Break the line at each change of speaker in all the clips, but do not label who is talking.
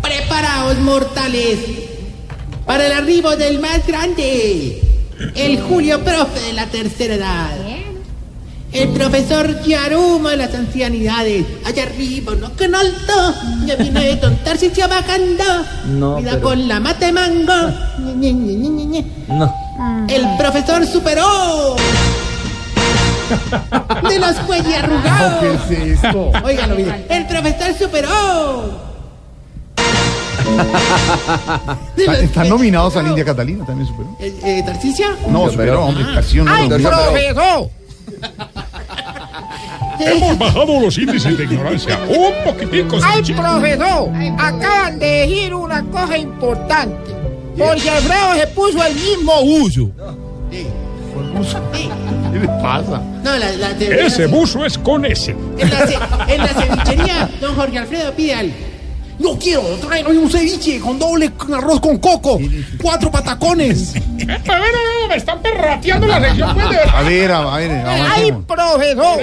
preparaos, mortales, para el arribo del más grande, el Julio Profe de la tercera edad. El profesor Yaruma de las ancianidades. Allá arriba, no que no alto. Ya viene de contar si se bajando.
No,
Cuidado
pero-
con la mate mango. Ñe, Ñe, Ñe, Ñe, Ñe, Ñe.
No.
El profesor superó. De los cuellos
¿Qué
arrugados.
es esto?
Óigalo bien. El profesor superó. De los
Están
cuellos
nominados a la
arrugados.
India Catalina también, superó.
Eh, eh, ¿Tarcisio?
No, superó, hombre, casi uno de los-
¡Profesor!
Hemos bajado los índices de ignorancia. Un poquitico.
¡Ay,
sí.
profesor! Acaban de decir una cosa importante. Porque Alfredo se puso el mismo uso.
¿Qué le pasa?
No, la, la
Ese buzo es con ese. Eh,
En la, ce- en la cevichería, don Jorge Alfredo pide algo.
Yo quiero traer hoy un ceviche con doble con arroz con coco, cuatro patacones.
Eh, A ver, a ver, me están perrateando la sección, pues, de verdad.
A ver, a ver,
¡Ay,
avancemos.
profesor!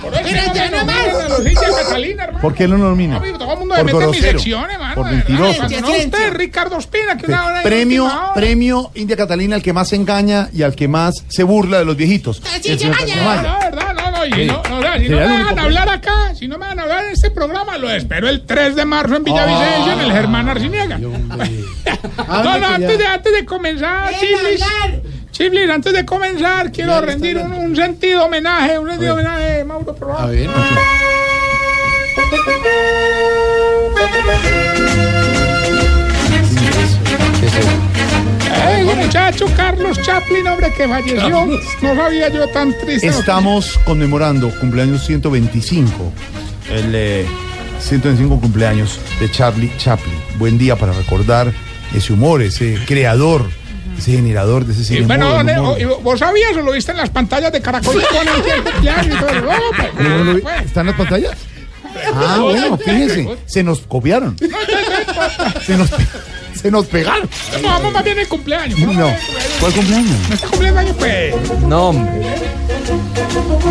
Por eso
Pero
no
ya
me
no
nominan
más.
a los hinchas de Catalina, hermano.
¿Por qué lo nomina?
Amigo, todo el mundo me
Por
mete en mis
grosero,
secciones, hermano.
por
de verdad.
mentiroso.
Cuando No usted, Ricardo Ospina, que una hora y
Premio,
última hora.
premio India Catalina al que más engaña y al que más se burla de los viejitos.
¡Tarcisio
El señor
Maya!
Tarcisio
Ah, No,
Maya.
no, verdad, no, no, y
Sí.
no, no, o sea, si no
Sería
me
el
dejan
único premio.
hablar acá, si no me van a hablar en este programa, lo espero el 3 de marzo en Villavicencio, en el Germán Arciniega. no, no, antes de, antes de comenzar,
Deja
Chiblis,
hablar.
Chiblis, antes de comenzar, quiero rendir un, un sentido homenaje, un sentido homenaje a Mauro Probado. Eh, un muchacho Carlos Chaplin, hombre, que falleció. No sabía yo tan triste.
Estamos conmemorando cumpleaños 125. El eh, 125 cumpleaños de Charlie Chaplin. Buen día para recordar ese humor, ese creador, ese generador de ese
Y
cine.
Eh, bueno,
mudo, el
¿dónde-
humor.
o- y ¿vos sabías o lo viste en las pantallas de Caracol? que ponen siempre cumpleaños y todo eso? No, pues,
¿No lo vi?
pues.
¿Están las pantallas? Ah, bueno, fíjense, se nos copiaron. Se nos, se nos pegaron.
No, vamos más bien el cumpleaños. Vamos a
No. Ah,
ver el cumpleaños.
¿Cuál cumpleaños?
No está cumpliendo años, pues.
No, hombre.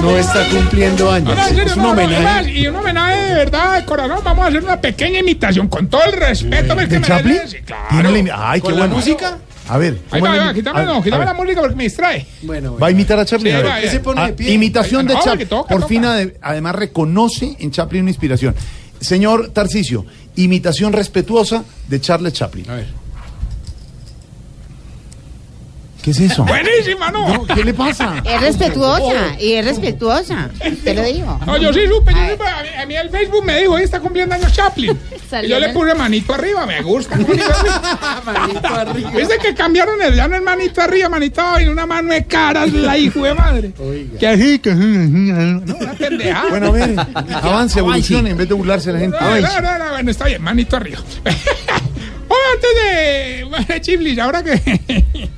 No está cumpliendo
No,
años.
no, Ah, en serio,
Es un
no, no, es más,
homenaje.
y un homenaje de verdad, de corazón. Vamos a hacer una pequeña imitación con todo el respeto. pues, que
¿De
me
Chaplin?
merece. Sí,
Tiene
Claro.
la imi- Ay, qué
¿Con la
bueno.
música?
A ver.
Ahí
¿cómo
va,
le
ahí va,
imi-
quítame,
a-
no,
a
quítame
ver,
la música porque me distrae.
Bueno, bueno.
Va a imitar a Chaplin.
Sí,
a ver.
va, ¿Qué
se pone de
Ah,
pie?
imitación de
No,
Chaplin.
que toca,
Por
toca.
fin, ade- además, reconoce en Chaplin una inspiración. Señor Tarcicio, imitación respetuosa de Charles Chaplin.
A ver.
¿Qué es eso?
Buenísima, ¿no?
¿Qué le pasa?
Es respetuosa, y es respetuosa. Te lo digo.
No, yo sí supe, yo supe. A mí, a mí el Facebook me dijo, ahí está cumpliendo años Chaplin. y
Salió
yo le
en-
puse manito arriba, me gusta. manito arriba.
Manito arriba.
Dice que cambiaron el llano en manito arriba, manito abajo, y una mano de caras, la hijo de madre. Que así, que así, así, así. No, una pendejada.
Bueno, a ver, avance, evolucione en vez de burlarse a la gente.
No, no, no, no, bueno, está bien, manito arriba. Oye, antes de. Bueno, Chiflis, ahora que.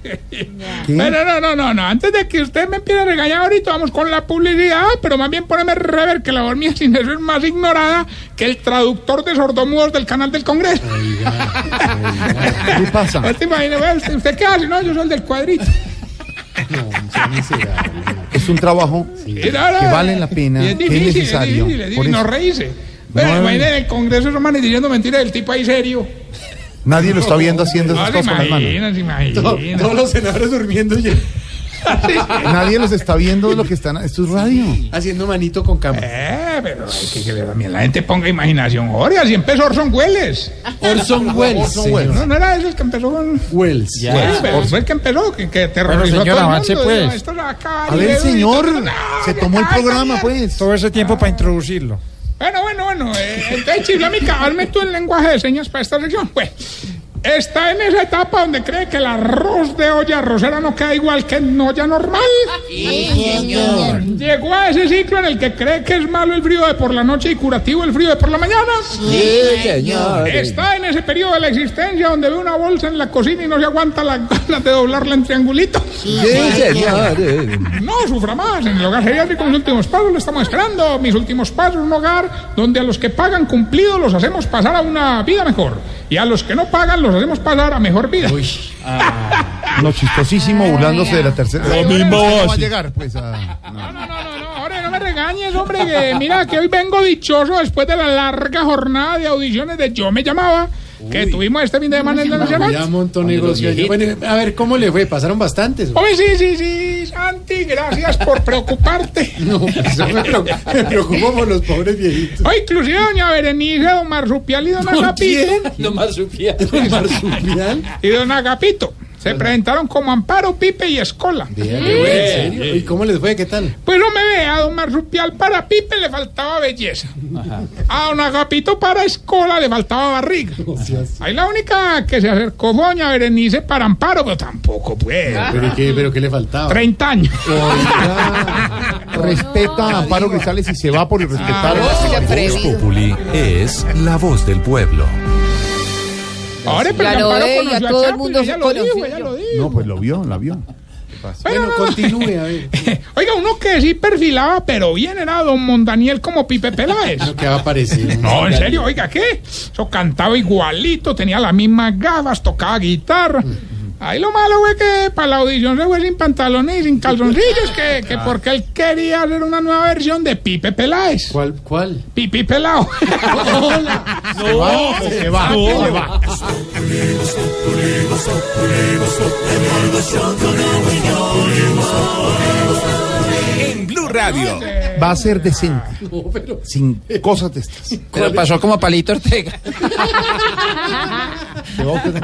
Pero no, no, no, no. Antes de que usted me empiece a regañar ahorita, vamos con la publicidad. Pero más bien poneme rever que la dormía sin eso es más ignorada que el traductor de sordomudos del canal del Congreso.
¿Qué pasa?
Usted imagina, güey, ¿Usted, usted qué hace? No, yo soy el del cuadrito.
Es un trabajo
Y
que
no, no,
vale la pena,
y
que es
es difícil, es
necesario.
difícil, es
Por
difícil, no
eso,
reírse. Pero
No,
imaginen en el Congreso esos manes diciendo mentiras del tipo ahí serio.
Nadie lo está viendo haciendo
No,
esas
se
cosas con las manos.
imaginan, se
Todos
imaginan.
todos los senadores durmiendo y
Nadie los está viendo lo que están. Esto es radio.
haciendo manito con cámara.
Eh, pero hay que que también la gente ponga imaginación. Jorge, así empezó Orson Welles.
Ah.
Orson Welles.
Orson
señor.
Welles.
No, no era ese el que empezó con...
Welles.
Bueno, pero fue el Pues, que empezó, que, que terrorizó
Bueno, señor,
a todo el
avance,
mundo.
pues.
Dijo, "Esto se va a acabar",
A
y
ver,
luego, y
señor,
todo el mundo, "No,
se
ya
tomó el
acaba esta
programa,
mierda".
pues.
Todo ese tiempo para introducirlo.
Bueno, bueno, bueno. Eh, entonces, Chiflamica, hazme tú el lenguaje de señas para esta sección. Pues, está en esa etapa donde cree que el arroz de olla arrocera no queda igual que en olla normal. Llegó a ese ciclo en el que cree que es malo el frío de por la noche y curativo el frío de por la mañana. Está en ese periodo de la existencia donde ve una bolsa en la cocina y no se aguanta las ganas de doblarla en triangulito. No sufra más. En el hogar geriátrico, mis últimos pasos lo estamos esperando. Mis últimos pasos, un hogar donde a los que pagan cumplido los hacemos pasar a una vida mejor. Y a los que no pagan los hacemos pasar a mejor vida.
No, chistosísimo, burlándose de la tercera.
misma
No va a
base.
llegar, pues, a-
No, no, no, no, no, ahora no me regañes. regañes, hombre, que mira que hoy vengo dichoso después de la larga jornada de audiciones de Yo Me Llamaba, que tuvimos este fin de semana en la
Ya
Nacional.
montó negocio. allí. Bueno, a ver, ¿cómo le fue? Pasaron bastantes.
Hombre, sí, sí, sí, Santi, gracias por preocuparte.
No, eso me, preocupa, me preocupo por los pobres viejitos.
Hoy inclusive doña Berenice, don Marsupial y don Agapito.
No más supía.
¿Marsupial?
Y don Agapito. Se presentaron como Amparo, Pipe y Escola.
Vean, qué bueno, ¿en serio? ¿Y cómo les fue? ¿Qué tal?
Pues no me vea, a don Marsupial para Pipe le faltaba belleza. A don Agapito para Escola le faltaba barriga. Ahí la única que se acercó fue doña Berenice para Amparo, pero tampoco, pues.
Ah.
¿Pero qué, pero qué le faltaba?
30 años.
Respeta a Amparo Grisales y se va por respetar a
Ah,
Populi es la voz del pueblo.
Ahora, pero
Ya lo
Amparo
ve, ya
conoció a
todo el
Chaplin,
mundo
ella
se
lo dijo,
conoció.
ella lo dijo.
No, pues lo vio, la vio.
Pero
Bueno,
no, no.
continúe, a ver.
Oiga, uno que sí perfilaba, pero bien era don Mondaniel como Pipe Peláez.
¿Qué va a parecer?
No, en serio, oiga, ¿qué? Yo cantaba igualito, tenía las mismas gafas, tocaba guitarra. Ahí lo malo fue que para la audición se fue sin pantalones y sin calzoncillos, que,
Ah.
que porque él quería hacer una nueva versión de Pipe Peláez.
¿Cuál? ¿Cuál?
Pipi Pelao.
Se va, se va.
En Blue Radio.
Va a ser decente. Sin cosas de estas.
Pero pasó como Palito Ortega.
Se va a ofender.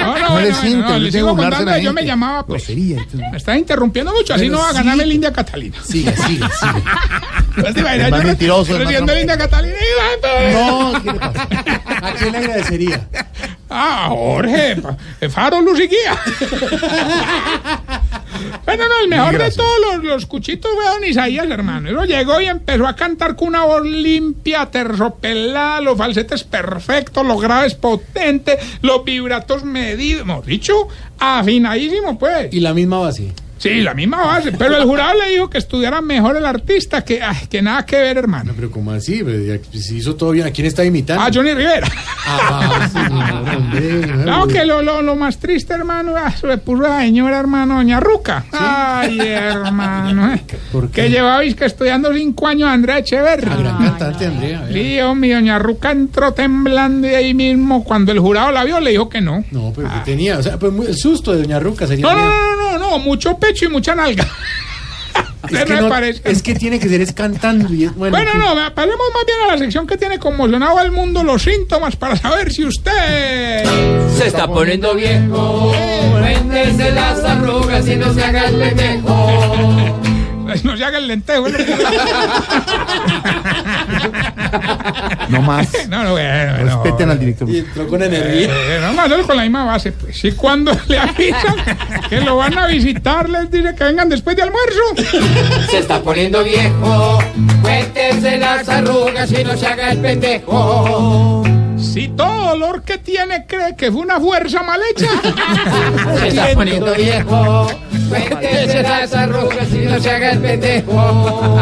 No,
No le siente,
no,
no
le
le
sigo
tengo
contando, yo me llamaba, pues.
Grosería. entonces.
Me está interrumpiendo mucho, así no va a ganarme el India Catalina.
Siga, siga, siga.
No te imaginas,
Es Pues, más
yo
mentiroso, es más
recibiendo el
tramposo.
India Catalina. y- pues.
No, ¿qué le pasa?
¿A quién le agradecería?
Ah, Jorge, pa- eh, Faro Luz y Guía. Bueno, no, el mejor de
Gracias.
todos los, los cuchitos fue don Isaías, hermano. Él llegó y empezó a cantar con una voz limpia, terciopelada, los falsetes perfectos, los graves potentes, los vibratos medidos, hemos dicho, afinadísimo, pues.
Y la misma base.
Sí, la misma base, pero el jurado le dijo que estudiara mejor el artista, que, ay, que nada que ver, hermano.
Pero ¿cómo así? Pero ya- pues, Si hizo todo bien, ¿a quién está imitando?
Ah, Johnny Rivera.
Ah, señor, hombre,
No,
hombre.
que lo, lo, lo más triste, hermano, ah, se le puso la señora, hermano, doña Ruca. Ay, hermano. eh.
¿Por qué? Ah,
Que llevabais que estudiando cinco años Andrea Echeverri.
La gran cantante, Andrea. a ver.
Sí, hombre, doña Ruca entró temblando y ahí mismo, cuando el jurado la vio, le dijo que no.
No, pero ¿qué tenía? O sea, pues, muy- el susto de Doña Ruca sería.
Ah. No, no, no, no, no, mucho pecho y mucha nalga.
es,
Se
que
me
no-
parece.
es que tiene que ser es cantando. Y es, bueno,
Bueno,
en fin.
no, pasemos más bien a la sección que tiene conmocionado al mundo los síntomas para saber si usted...
Se está poniendo viejo. Cuéntese las arrugas y no se haga el pendejo.
No se haga el lentejo. es lo que-
No más.
No, no, bueno, bueno.
Respeten al director.
Y entró con energía.
Eh, no más, solo con la misma base, pues. Y cuando le avisan que lo van a visitar, les dice que vengan después de almuerzo.
Se está poniendo viejo. Cuéntese las arrugas y no se haga el pendejo.
Si todo dolor que tiene cree que fue una fuerza mal hecha.
Se está poniendo viejo. Cuéntese las arrugas y no se haga el pendejo.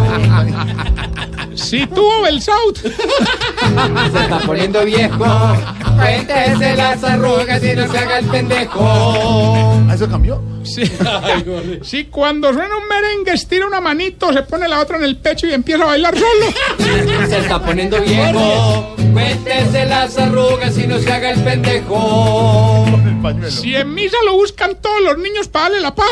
Si tuvo el South.
Se está poniendo viejo. Cuéntese las arrugas y no se haga el pendejo.
¿Ah, eso cambió?
Si, si cuando suena un merengue estira una manito, se pone la otra en el pecho y empieza a bailar solo.
Se está poniendo viejo. Cuéntese las arrugas y no se haga el pendejo.
El pañuelo.
Si en misa lo buscan todos los niños para darle la paz.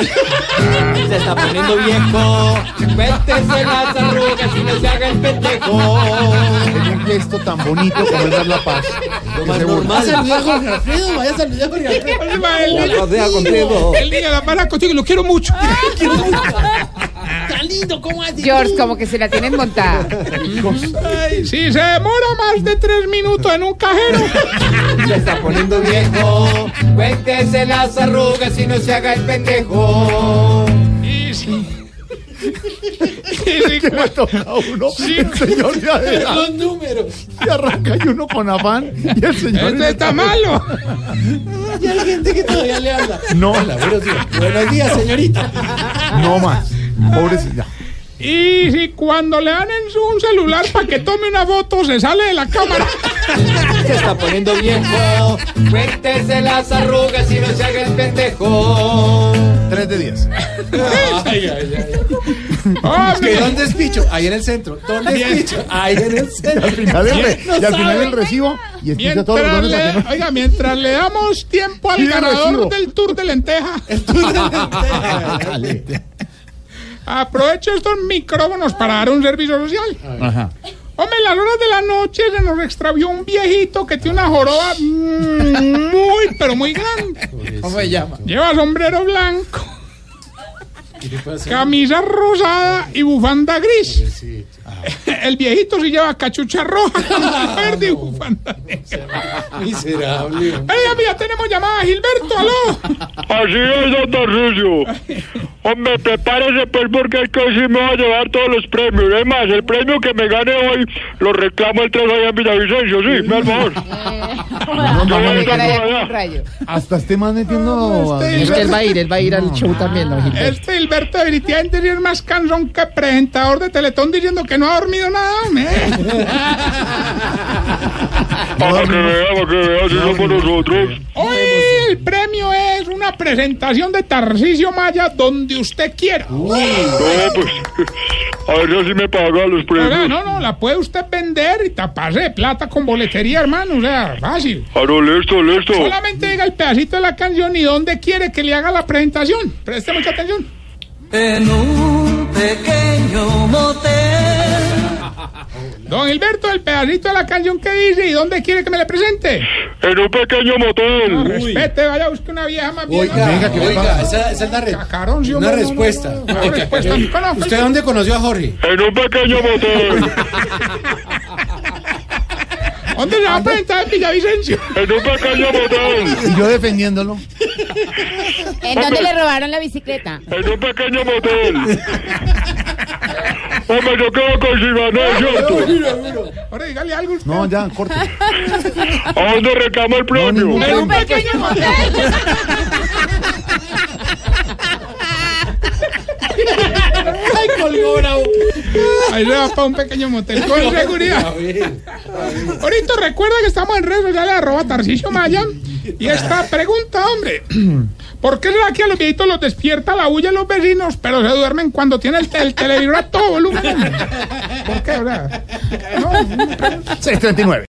Se está poniendo viejo. Cuéntese las arrugas y no se haga el pendejo.
Tenía un gesto tan bonito como es dar la paz. Que se burla.
Vaya a saludar a Jorge Alfredo, vaya a saludar a Jorge Alfredo.
El niño, el niño la para contigo, lo quiero mucho.
Tan lindo, ¿cómo hace?
George, como que se la tienen montada.
Ay, si se demora más de tres minutos en un cajero.
Se está poniendo viejo. Cuéntese las arrugas y no se haga el pendejo.
Y si- y si cu-
Toca uno,
Sí.
el señor ya deja,
Los números.
se arranca y uno con afán y el señor
Este está malo.
Y hay gente
Eh.
que todavía le habla.
No.
Hola, buenos días. Buenos días, señorita.
no más. Pobrecita.
Y si cuando le dan en su- un celular para que tome una foto, se sale de la cámara.
Se está poniendo viejo. Cuéntese las arrugas y no se haga el pendejo.
Tres de diez.
Es que ¿dónde es Picho? Ahí en el centro. ¿Dónde es Picho? Ahí en el centro.
Al final, el, re-
No
y al final
sabe.
el recibo y explica todos los
Mientras
goles a que
le,
no-
oiga, mientras le damos tiempo al
Pide
ganador
recibo.
del Tour de Lenteja, aprovecho estos micrófonos para dar un servicio social.
Ajá.
Hombre, en las horas de la noche se nos extravió un viejito que tiene una joroba mm, muy, pero muy grande.
¿Cómo se llama?
Lleva sombrero blanco, camisa rosada y bufanda gris. El viejito sí lleva cachucha roja, camisa verde y bufanda negra.
Miserable. hombre.
Oiga, mira, tenemos llamada, Gilberto, aló.
Así es, don Tarcisio. Hombre, prepárese pues porque es que hoy sí me va a llevar todos los premios. Es más, el premio que me gane hoy lo reclamo el 3 allá en Villavicencio, sí, me al favor. Yo voy a estar por allá.
Hasta este man metiendo. a-
Este-
Él va a ir, él va a ir al show también, don Gilberto.
Este Gilberto definitivamente tiene más cansón que presentador de Teletón diciendo que no ha dormido nada. ¿eh?
Para que vea, para que vea si somos nosotros.
Hoy el premio es una presentación de Tarcisio Maya donde usted quiera.
No, pues, a ver si así me pagan los
Oiga,
premios.
no, no, la puede usted vender y taparse de plata con boletería, hermano. O sea, fácil.
Ah, no, listo, listo.
Solamente diga el pedacito de la canción y dónde quiere que le haga la presentación. Preste mucha atención.
En un pequeño motel.
Don Gilberto, el pedacito de la canción que dice y dónde quiere que me le presente.
En un pequeño
No,
motel.
respete, vaya a buscar una vieja más bien.
Oiga,
Venga, que
oiga, esa, esa es la re-
Cacarón, sí,
una
hombre, no, no,
respuesta.
no, no, no, respuesta, no, no, no.
¿Usted dónde conoció a Jorge?
En un pequeño motel.
¿Dónde se va a presentar en Villavicencio?
En un pequeño motel.
Y yo defendiéndolo.
¿En dónde le robaron la bicicleta?
En un pequeño motel. Hombre, yo quedo con si gané, ¿cierto?
Ahora dígale algo usted.
No, ya, corte.
¿A dónde reclama el premio?
No,
En un pequeño motel.
Ay, colgó bravo.
Ahí se va para un pequeño motel con seguridad. Ahorita recuerda que estamos en redes sociales arroba Tarcisio Maya. Y esta pregunta, hombre. ¿Por qué será que a los viejitos los despierta la bulla de los vecinos, pero se duermen cuando tiene el, tel- el televisor a todo volumen? ¿Por qué? O sea, no,
639.